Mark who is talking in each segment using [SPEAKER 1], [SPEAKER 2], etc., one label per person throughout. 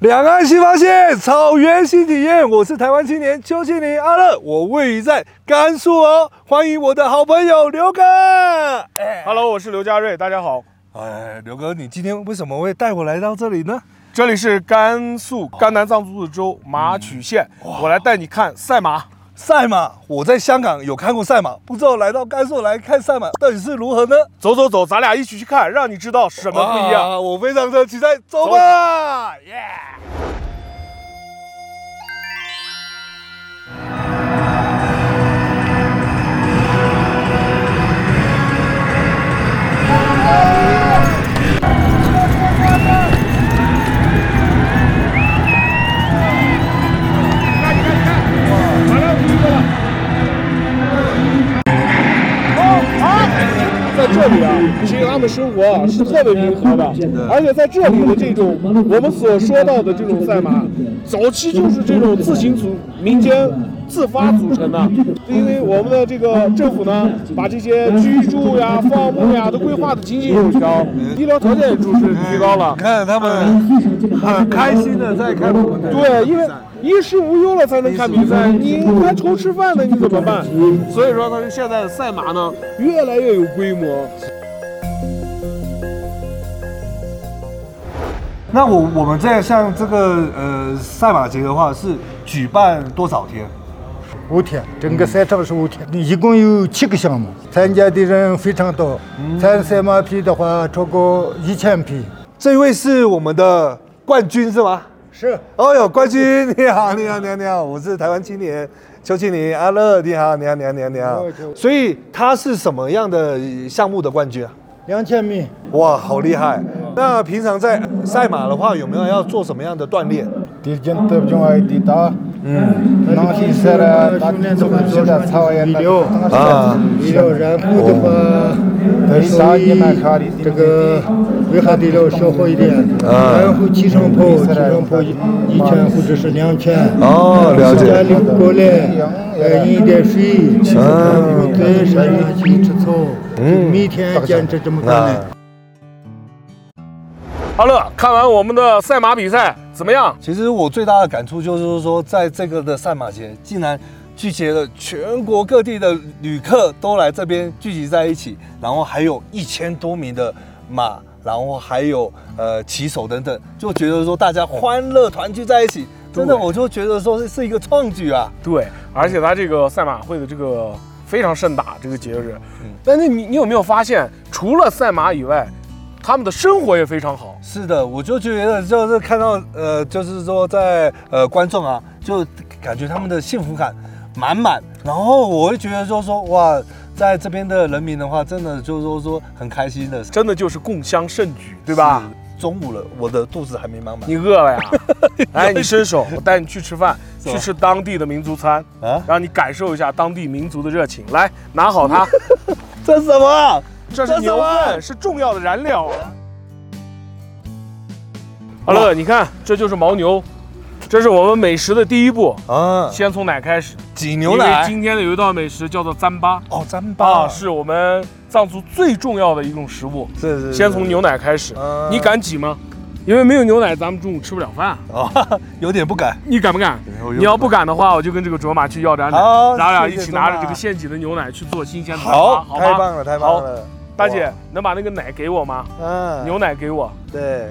[SPEAKER 1] 两岸新发现，草原新体验。我是台湾青年邱庆林阿乐，我位于在甘肃哦，欢迎我的好朋友刘哥。哎
[SPEAKER 2] Hello，我是刘家瑞，大家好，
[SPEAKER 1] 哎，刘哥，你今天为什么会带我来到这里呢？
[SPEAKER 2] 这里是甘肃甘南藏族自治州马曲县，我来带你看赛马。
[SPEAKER 1] 赛马，我在香港有看过赛马，不知道来到甘肃来看赛马到底是如何呢？
[SPEAKER 2] 走走走，咱俩一起去看，让你知道什么不一样。
[SPEAKER 1] 哇啊我非常的期待，走吧，耶！
[SPEAKER 2] 哦啊在这里啊，其实他们生活啊是特别平和的，而且在这里的这种我们所说到的这种赛马，早期就是这种自行组民间自发组成的，因为我们的这个政府呢，把这些居住呀、放牧呀都规划的井井有条，医疗条件也就是提高了。
[SPEAKER 1] 看他们很开心的在看我们的
[SPEAKER 2] 对，因为衣食无忧了才能看比赛，你还愁吃饭呢，你怎么办？所以说呢，现在的赛马呢越来越有规模。
[SPEAKER 1] 那我我们这像这个呃赛马节的话，是举办多少天？
[SPEAKER 3] 五天，整个赛场是五天，一共有七个项目，参加的人非常多，参赛马匹的话超过一千匹。
[SPEAKER 1] 这位是我们的冠军是吗？
[SPEAKER 3] 是，
[SPEAKER 1] 哦哟，冠军 你好，你好，你好，你好，我是台湾青年邱庆林阿乐，你好，你好，你好，你好，你好
[SPEAKER 3] 哦就。
[SPEAKER 1] 所以他是什么样的呃项目的冠军啊？
[SPEAKER 3] 两千米。
[SPEAKER 1] 哇，好厉害！那平常在赛马的话，有没有要做什么样的锻炼？
[SPEAKER 3] Dirigent Jumai Dita，嗯，能力是了，他怎么做的？操也能力
[SPEAKER 1] 啊，
[SPEAKER 3] 医疗人口的话，等于啥也蛮卡的。哦这个啊危害医疗少好一点，然后骑乘跑，骑乘跑一一千或者是两千。
[SPEAKER 1] 哦了解
[SPEAKER 3] 家里过来，呃，饮点水，
[SPEAKER 1] 嗯
[SPEAKER 3] 在山上去吃草，每天坚持这么干
[SPEAKER 1] 那
[SPEAKER 3] 的。
[SPEAKER 2] 好了，看完我们的赛马比赛怎么样？
[SPEAKER 1] 其实我最大的感触就是说，在这个的赛马节，竟然聚集了全国各地的旅客都来这边聚集在一起，然后还有一千多名的马，然后还有呃骑手等等，就觉得说大家欢乐团聚在一起，真的
[SPEAKER 2] 对
[SPEAKER 1] 我就觉得说是是一个创举啊！
[SPEAKER 2] 对，而且它这个赛马会的这个非常盛大，这个节日。但是你你有没有发现，除了赛马以外，他们的生活也非常好。
[SPEAKER 1] 是的，我就觉得就是看到呃，就是说在呃观众啊，就感觉他们的幸福感啊满满，然后我会觉得说说哇，在这边的人民的话，真的就是说说很开心的，
[SPEAKER 2] 真的就是共襄盛举，对吧？
[SPEAKER 1] 是？中午了，我的肚子还没满满
[SPEAKER 2] 你饿了呀？来，你伸手，我带你去吃饭，
[SPEAKER 1] 走
[SPEAKER 2] 去吃当地的民族餐，
[SPEAKER 1] 啊，
[SPEAKER 2] 让你感受一下当地民族的热情。来，拿好它，
[SPEAKER 1] 这是什么啊？这
[SPEAKER 2] 这
[SPEAKER 1] 是
[SPEAKER 2] 是牛
[SPEAKER 1] 什么
[SPEAKER 2] 粪，是重要的燃料。
[SPEAKER 1] 啊
[SPEAKER 2] 好了，你看，这就是牦牛，这是我们美食的第一步，
[SPEAKER 1] 啊，
[SPEAKER 2] 先从奶开始。
[SPEAKER 1] 挤牛
[SPEAKER 2] 因为
[SPEAKER 1] 奶
[SPEAKER 2] 今天的有一道美食叫做糌粑
[SPEAKER 1] 哦，糌粑
[SPEAKER 2] 啊，是我们藏族最重要的一种食物。
[SPEAKER 1] 是是，
[SPEAKER 2] 先从牛奶开始
[SPEAKER 1] 嗯，
[SPEAKER 2] 你敢挤吗？因为没有牛奶，咱们中午吃不了饭。
[SPEAKER 1] 啊， 有点不敢，
[SPEAKER 2] 你敢不敢
[SPEAKER 1] 有有？
[SPEAKER 2] 你要不敢的话，我就跟这个卓玛去要点奶
[SPEAKER 1] 好，
[SPEAKER 2] 咱俩一
[SPEAKER 1] 谢谢
[SPEAKER 2] 起
[SPEAKER 1] 卓玛
[SPEAKER 2] 拿着这个现挤的牛奶去做新鲜的糌粑，
[SPEAKER 1] 好，
[SPEAKER 2] 好吧
[SPEAKER 1] 太棒了，太棒
[SPEAKER 2] 好
[SPEAKER 1] 了，
[SPEAKER 2] 大姐，能把那个奶给我吗？
[SPEAKER 1] 哇，嗯
[SPEAKER 2] 牛奶给我。
[SPEAKER 1] 对，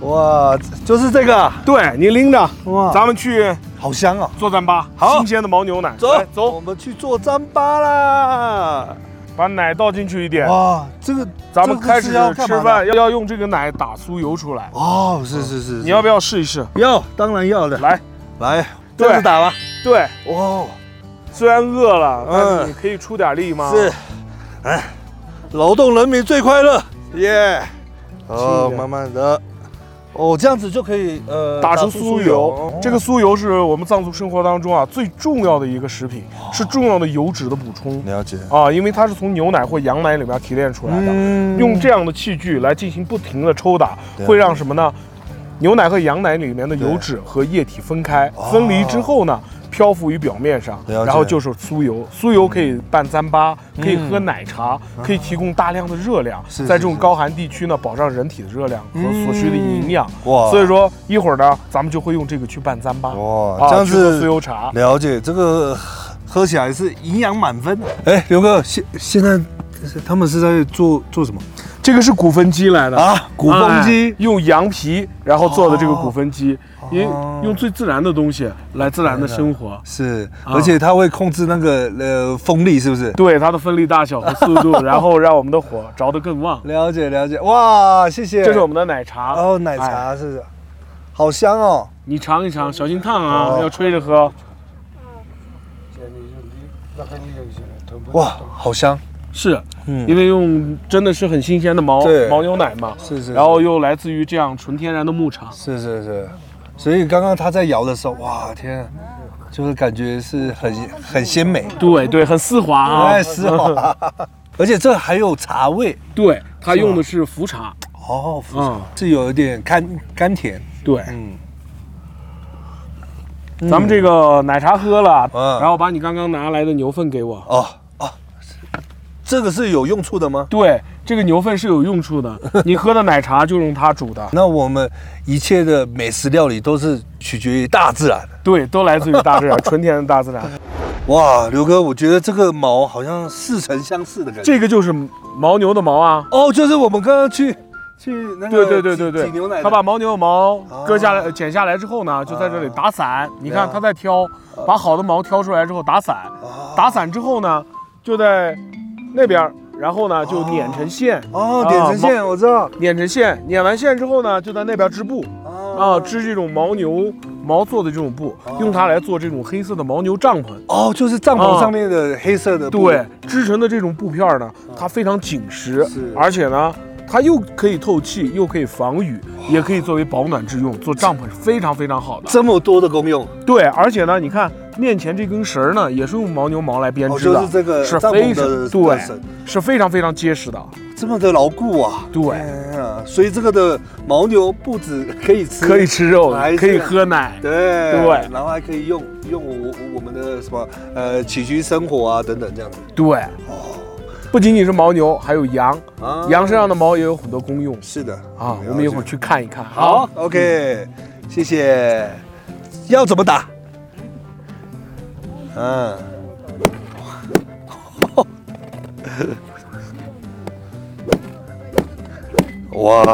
[SPEAKER 1] 哇，就是这个啊，
[SPEAKER 2] 对，你拎着，
[SPEAKER 1] 哇
[SPEAKER 2] 咱们去
[SPEAKER 1] 好香哦。
[SPEAKER 2] 做糌粑，
[SPEAKER 1] 好
[SPEAKER 2] 新鲜的牦牛奶。
[SPEAKER 1] 哎走
[SPEAKER 2] 来走，
[SPEAKER 1] 我们去做糌粑啦！
[SPEAKER 2] 把奶倒进去一点。
[SPEAKER 1] 哇，这个
[SPEAKER 2] 咱们开
[SPEAKER 1] 这个是
[SPEAKER 2] 始
[SPEAKER 1] 要干嘛
[SPEAKER 2] 吃
[SPEAKER 1] 的
[SPEAKER 2] 饭，要要用这个奶打酥油出来。
[SPEAKER 1] 哦，是是是，
[SPEAKER 2] 你要不要试一试？
[SPEAKER 1] 要？当然要的，
[SPEAKER 2] 来，
[SPEAKER 1] 来，
[SPEAKER 2] 对
[SPEAKER 1] 这是打吧。
[SPEAKER 2] 对，
[SPEAKER 1] 哇，
[SPEAKER 2] 虽然饿了，
[SPEAKER 1] 嗯
[SPEAKER 2] 但是你可以出点力吗？
[SPEAKER 1] 是，，哎，劳动人民最快乐，耶！
[SPEAKER 2] 轻一
[SPEAKER 1] 哦，
[SPEAKER 2] 点
[SPEAKER 1] 慢慢的，哦，这样子就可以呃
[SPEAKER 2] 打出酥
[SPEAKER 1] 哦
[SPEAKER 2] 油。哦这个酥油是我们藏族生活当中啊最重要的一个食品，是重要的油脂的补充
[SPEAKER 1] 了解，
[SPEAKER 2] 啊，因为它是从牛奶或羊奶里面提炼出来的。
[SPEAKER 1] 嗯
[SPEAKER 2] 用这样的器具来进行不停的抽打，
[SPEAKER 1] 对
[SPEAKER 2] 会让什么呢？牛奶和羊奶里面的油脂和液体分开，分离之后呢，漂浮于表面上，
[SPEAKER 1] 哦了解嗯
[SPEAKER 2] 然后就是酥油。酥油可以拌糌粑，可以喝奶茶，可以提供大量的热量，
[SPEAKER 1] 是
[SPEAKER 2] 在这种高寒地区呢，保障人体的热量和所需的营养。
[SPEAKER 1] 嗯哇
[SPEAKER 2] 所以说一会儿呢，咱们就会用这个去拌糌粑，
[SPEAKER 1] 哇，
[SPEAKER 2] 啊
[SPEAKER 1] 这样
[SPEAKER 2] 去喝
[SPEAKER 1] 子
[SPEAKER 2] 酥油茶。
[SPEAKER 1] 了解这个喝喝起来是营养满分。哎，刘哥，现现在他们是在做做什么
[SPEAKER 2] 这个是鼓风机来的
[SPEAKER 1] 啊？鼓风
[SPEAKER 2] 哎
[SPEAKER 1] 机，
[SPEAKER 2] 用羊皮然后做的这个鼓风机，因
[SPEAKER 1] 哦
[SPEAKER 2] 用最自然的东西来自然的生活。
[SPEAKER 1] 是，
[SPEAKER 2] 啊
[SPEAKER 1] 而且它会控制那个呃风力，是不是？
[SPEAKER 2] 对它的分力大小和速 度，然后让我们的火着得更旺。
[SPEAKER 1] 了解了解，哇，谢谢。
[SPEAKER 2] 这是我们的奶茶
[SPEAKER 1] 哦，奶
[SPEAKER 2] 哎
[SPEAKER 1] 茶是不是？好香哦。
[SPEAKER 2] 你尝一尝，小心烫啊，要吹着喝。
[SPEAKER 1] 哇，好香！
[SPEAKER 2] 是，
[SPEAKER 1] 嗯
[SPEAKER 2] 因为用真的是很新鲜的牦
[SPEAKER 1] 对
[SPEAKER 2] 牦牛奶嘛，
[SPEAKER 1] 是是
[SPEAKER 2] 然后又来自于这样纯天然的牧场。
[SPEAKER 1] 是是是，所以刚刚他在摇的时候，哇天啊，就是感觉是很很鲜美，
[SPEAKER 2] 对对，很丝滑啊
[SPEAKER 1] 哎，，丝 滑，而且这还有茶味
[SPEAKER 2] 对，它用的是茯茶，
[SPEAKER 1] 哦，fruit
[SPEAKER 2] 嗯
[SPEAKER 1] 是有一点甘甘甜，
[SPEAKER 2] 对，
[SPEAKER 1] 嗯，
[SPEAKER 2] 咱们这个奶茶喝了，
[SPEAKER 1] 嗯
[SPEAKER 2] 然后把你刚刚拿来的牛粪给我。
[SPEAKER 1] 哦哦，这个是有用处的吗？
[SPEAKER 2] 对，这个牛粪是有用 处的，你喝的奶茶就是用它煮的，
[SPEAKER 1] 那我们一切的美食料理都是取决于大自然。
[SPEAKER 2] 对，都来自于大自 然，纯天然的大自然。
[SPEAKER 1] 哇，刘哥，我觉得这个毛好像似曾相识的感觉。
[SPEAKER 2] 这个就是牦牛的毛啊，
[SPEAKER 1] 哦，就是我们刚刚去去那个
[SPEAKER 2] 对对对对
[SPEAKER 1] 挤
[SPEAKER 2] 对，
[SPEAKER 1] 挤牛奶的，
[SPEAKER 2] 他把牦牛的啊毛割下来、呃剪下来之后呢，就在这里打散。你看他在挑，把好的毛挑出来之后打散，
[SPEAKER 1] 啊
[SPEAKER 2] 打散之后呢，就在那边儿，然后呢就碾成线。
[SPEAKER 1] 哦，点成
[SPEAKER 2] 啊。
[SPEAKER 1] 线，我知道。
[SPEAKER 2] 碾成线，碾完线之后呢，就在那边织布啊，
[SPEAKER 1] 哦
[SPEAKER 2] 织这种牦牛毛做的这种布，用它来做这种黑色的牦牛帐篷。
[SPEAKER 1] 哦，就是帐篷上面的黑色的布，
[SPEAKER 2] 对，织成的这种布片儿呢，它非常紧实
[SPEAKER 1] 嗯是，
[SPEAKER 2] 而且呢，它又可以透气，又可以防雨，也可以作为保暖之用，做帐篷是非常非常好的。
[SPEAKER 1] 哦这么多的功用，
[SPEAKER 2] 对，而且呢，你看面前这根绳儿呢，也是用牦牛毛来编
[SPEAKER 1] 哦，
[SPEAKER 2] 织的，
[SPEAKER 1] 就是这个
[SPEAKER 2] 是
[SPEAKER 1] 帐篷
[SPEAKER 2] 非
[SPEAKER 1] 的
[SPEAKER 2] 常
[SPEAKER 1] 对
[SPEAKER 2] 对，是非常非常结实的。
[SPEAKER 1] 这么的牢固啊。
[SPEAKER 2] 对，
[SPEAKER 1] 哎呀，所以这个的牦牛不止可以吃，
[SPEAKER 2] 可以，吃肉
[SPEAKER 1] 还，是
[SPEAKER 2] 可以喝奶。
[SPEAKER 1] 对
[SPEAKER 2] 对
[SPEAKER 1] 然后还可以用用我我们的什么呃起居生活啊等等这样子
[SPEAKER 2] 对，不仅仅是牦牛，还有羊，
[SPEAKER 1] 啊
[SPEAKER 2] 羊身上的毛也有很多功用
[SPEAKER 1] 是的
[SPEAKER 2] 啊。我们一会儿去看一看。
[SPEAKER 1] 好，OK，谢谢。要怎么打？嗯。哇，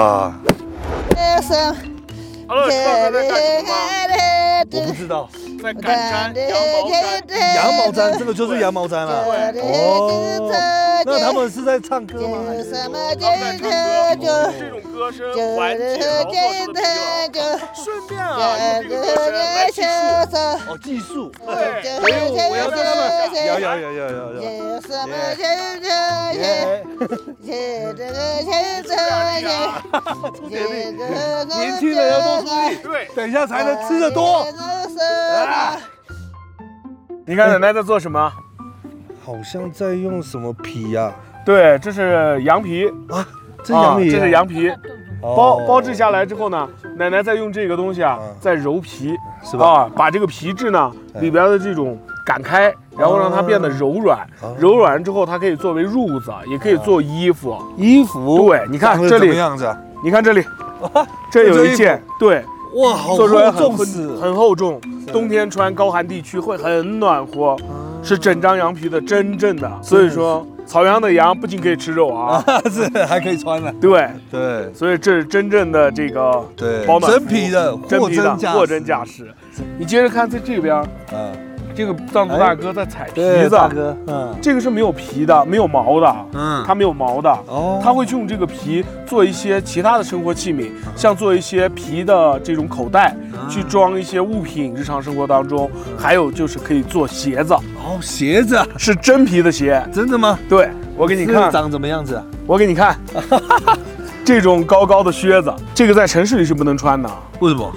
[SPEAKER 2] 好了，看看在干什么吗
[SPEAKER 1] 我不知道，
[SPEAKER 2] 在赶毡羊毛毡。
[SPEAKER 1] 羊毛毡，这个就是羊毛毡了。
[SPEAKER 2] 对
[SPEAKER 1] 哦，那他们是在唱歌吗？还是什么？
[SPEAKER 2] 这种歌声缓解劳作的疲劳，顺便啊，用这个歌声来叙述。
[SPEAKER 1] 哦，技术。
[SPEAKER 2] 对，没有，我要在他们
[SPEAKER 1] 有有有有有有。耶出点力，年轻人要多注意，
[SPEAKER 2] 对，
[SPEAKER 1] 等一下才能吃得多。 啊
[SPEAKER 2] 你看奶奶在做什么？
[SPEAKER 1] 好像在用什么皮呀、
[SPEAKER 2] 对，这是羊皮，
[SPEAKER 1] 啊？哦这羊皮、
[SPEAKER 2] 啊这是，羊皮，包包制
[SPEAKER 1] 下。
[SPEAKER 2] 下来之后呢，奶奶再用这个东西啊
[SPEAKER 1] 嗯，
[SPEAKER 2] 再揉皮，
[SPEAKER 1] 是吧哎
[SPEAKER 2] 啊，把这个皮质呢里边的这种擀开，然后让它变得柔软，
[SPEAKER 1] 哦
[SPEAKER 2] 柔软之后它可以作为褥子，也
[SPEAKER 1] 啊
[SPEAKER 2] 可以做衣服。
[SPEAKER 1] 衣服
[SPEAKER 2] 对你看
[SPEAKER 1] 长得
[SPEAKER 2] 这里
[SPEAKER 1] 怎么样子啊？
[SPEAKER 2] 你看这里，这有一件，对，
[SPEAKER 1] 哇，好
[SPEAKER 2] 做出来很
[SPEAKER 1] 哦重
[SPEAKER 2] 厚
[SPEAKER 1] 死，
[SPEAKER 2] 很厚重，冬天穿高寒地区会很暖
[SPEAKER 1] 啊
[SPEAKER 2] 和，是整张羊皮的真正的。所以说，草原上的羊不仅可以吃肉啊，
[SPEAKER 1] 是还可以穿呢。
[SPEAKER 2] 对，
[SPEAKER 1] 对
[SPEAKER 2] 所以这是真正的这个
[SPEAKER 1] 对
[SPEAKER 2] 保暖服
[SPEAKER 1] 真皮的
[SPEAKER 2] 真
[SPEAKER 1] 货
[SPEAKER 2] 皮的
[SPEAKER 1] 真价实
[SPEAKER 2] 货真价实。你接着看，在这边
[SPEAKER 1] 嗯，
[SPEAKER 2] 这个藏族大哥在采皮
[SPEAKER 1] 对，
[SPEAKER 2] 子
[SPEAKER 1] 大，哥，嗯
[SPEAKER 2] 这个是没有皮的，没有毛的，
[SPEAKER 1] 嗯
[SPEAKER 2] 它没有毛的，
[SPEAKER 1] 哦
[SPEAKER 2] 它会去用这个皮做一些其他的生活器皿，
[SPEAKER 1] 嗯
[SPEAKER 2] 像做一些皮的这种口袋，去装一些物品，日常生活当中，
[SPEAKER 1] 嗯
[SPEAKER 2] 还有就是可以做鞋子，
[SPEAKER 1] 哦，鞋子啊
[SPEAKER 2] 是真皮的鞋。
[SPEAKER 1] 真的吗？
[SPEAKER 2] 对，我给你
[SPEAKER 1] 是
[SPEAKER 2] 看，
[SPEAKER 1] 长怎么样子啊？
[SPEAKER 2] 我给你 看，这种高高的靴子，这个在城市里是不能穿的，
[SPEAKER 1] 为什么？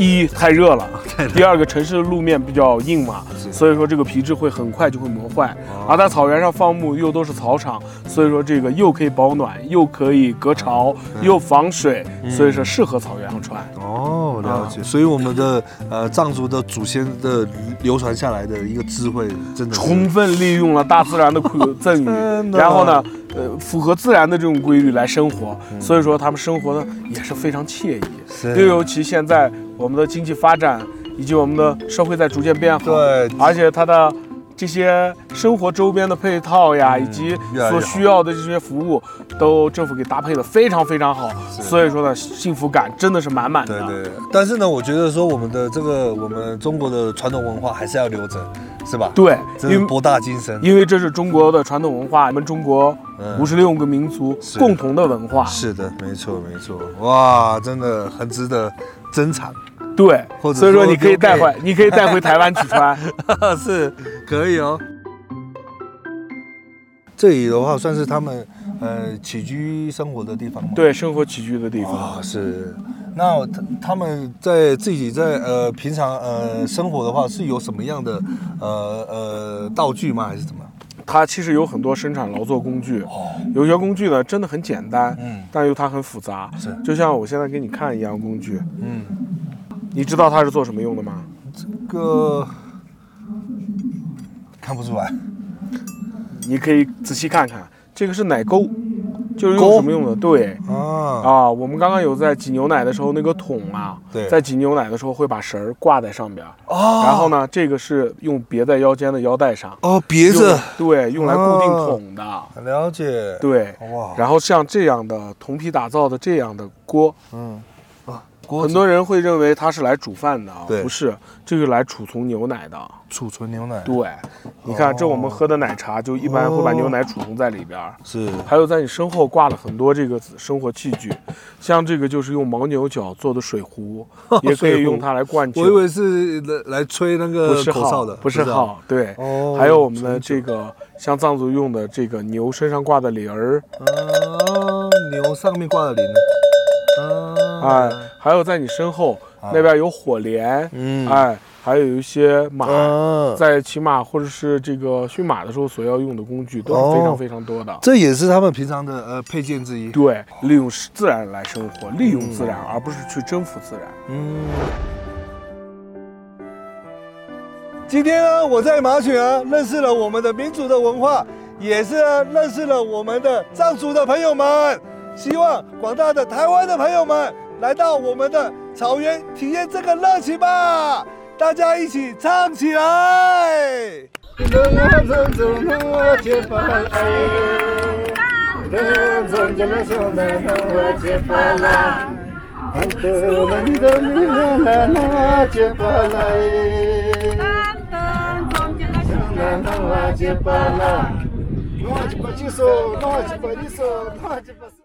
[SPEAKER 2] 一太热了，第二个城市的路面比较硬嘛，所以说这个皮质会很快就会磨坏。而在草原上放牧又都是草场，所以说这个又可以保暖，又可以隔潮，又防水，所以说适合草原上穿。
[SPEAKER 1] 哦，了解。所以我们的呃藏族的祖先的流传下来的一个智慧，真的是
[SPEAKER 2] 充分利用了大自然的馈赠
[SPEAKER 1] 天
[SPEAKER 2] 予，
[SPEAKER 1] 哪
[SPEAKER 2] 然后呢，呃，符合自然的这种规律来生活，所以说他们生活的也是非常惬
[SPEAKER 1] 是
[SPEAKER 2] 意。又尤其现在我们的经济发展以及我们的社会在逐渐变好，
[SPEAKER 1] 对
[SPEAKER 2] 而且它的。这些生活周边的配套呀，以及
[SPEAKER 1] 嗯越来越好
[SPEAKER 2] 所需要的这些服务，都政府给搭配的非常非常好，所以说呢，幸福感真的是满满
[SPEAKER 1] 对
[SPEAKER 2] 的。
[SPEAKER 1] 对对，但是呢，我觉得说我们的这个我们中国的传统文化还是要留着，是吧？，
[SPEAKER 2] 对
[SPEAKER 1] 这
[SPEAKER 2] 因
[SPEAKER 1] 是
[SPEAKER 2] 为
[SPEAKER 1] 博大精深。
[SPEAKER 2] 因为这是中国的传统文化，我们中国
[SPEAKER 1] 嗯
[SPEAKER 2] 五十六个民族
[SPEAKER 1] 是
[SPEAKER 2] 共同的文化。
[SPEAKER 1] 是的，没错没错，哇，真的很值得珍藏，
[SPEAKER 2] 对
[SPEAKER 1] 或，者
[SPEAKER 2] 所以
[SPEAKER 1] 说
[SPEAKER 2] 说你可以
[SPEAKER 1] 丢
[SPEAKER 2] 带
[SPEAKER 1] 给
[SPEAKER 2] 回，你可以带回台湾 去穿。
[SPEAKER 1] 是可以哦。这里的话算是他们呃起居生活的地方吗？
[SPEAKER 2] 对，生活起居的地方。
[SPEAKER 1] 啊、是。那我他他们在自己在呃平常呃生活的话是有什么样的呃呃道具吗？还是怎么？
[SPEAKER 2] 它其实有很多生产劳作工具，有些工具呢真的很简单，
[SPEAKER 1] 哦嗯
[SPEAKER 2] 但又它很复杂。
[SPEAKER 1] 是
[SPEAKER 2] 就像我现在给你看一样工具，
[SPEAKER 1] 嗯，
[SPEAKER 2] 你知道它是做什么用的吗？
[SPEAKER 1] 个看不出来，
[SPEAKER 2] 你可以仔细看看，这个是奶钩，就是
[SPEAKER 1] 钩
[SPEAKER 2] 用什么用的？对。
[SPEAKER 1] 啊，
[SPEAKER 2] 啊，我们刚刚有在挤牛奶的时候，那个桶啊
[SPEAKER 1] 对，
[SPEAKER 2] 在挤牛奶的时候会把绳儿挂在上边儿，
[SPEAKER 1] 哦
[SPEAKER 2] 然后呢，这个是用别在腰间的腰带上，
[SPEAKER 1] 哦，别
[SPEAKER 2] 用
[SPEAKER 1] 着
[SPEAKER 2] 来，对，用来固定
[SPEAKER 1] 哦
[SPEAKER 2] 桶的，
[SPEAKER 1] 了解，，
[SPEAKER 2] 对
[SPEAKER 1] 哇，
[SPEAKER 2] 然后像这样的铜皮打造的这样的锅，
[SPEAKER 1] 嗯，啊，
[SPEAKER 2] 很多人会认为它是来煮饭的啊，
[SPEAKER 1] 对
[SPEAKER 2] 不是，这个来储存牛奶的。
[SPEAKER 1] 储存牛奶，
[SPEAKER 2] 对，你看这我们喝的奶茶就一般会
[SPEAKER 1] 哦
[SPEAKER 2] 把牛奶储存在里边儿。
[SPEAKER 1] 是
[SPEAKER 2] 还有在你身后挂了很多这个生活器具，像这个就是用牦牛角做的水 壶，也可
[SPEAKER 1] 水壶
[SPEAKER 2] 以用它来灌酒。
[SPEAKER 1] 我以为是来来吹那
[SPEAKER 2] 不
[SPEAKER 1] 个
[SPEAKER 2] 是
[SPEAKER 1] 口哨
[SPEAKER 2] 号
[SPEAKER 1] 的，
[SPEAKER 2] 不是
[SPEAKER 1] 啊，
[SPEAKER 2] 号，对
[SPEAKER 1] 哦。
[SPEAKER 2] 还有我们的这个像藏族用的这个牛身上挂的铃儿，
[SPEAKER 1] 啊，牛上面挂的铃，
[SPEAKER 2] 哎
[SPEAKER 1] 啊，，
[SPEAKER 2] 还有在你身后那边有火镰，
[SPEAKER 1] 嗯
[SPEAKER 2] 哎，还有一些马，
[SPEAKER 1] 啊
[SPEAKER 2] 在骑马或者是这个驯马的时候所要用的工具都
[SPEAKER 1] 哦
[SPEAKER 2] 是非常非常多的。
[SPEAKER 1] 这也是他们平常的呃配件之一，
[SPEAKER 2] 对，利用自然来生活，利用自然，而不是去征服自然。
[SPEAKER 1] 嗯。今天呢，我在马曲啊，认识了我们的民族的文化，也是啊认识了我们的藏族的朋友们。希望广大的台湾的朋友们来到我们的草原，体验这个热情吧！大家一起唱起来！
[SPEAKER 4] Thank you.
[SPEAKER 3] Nós, Padiço, nós, Padiço, nós, Padiço.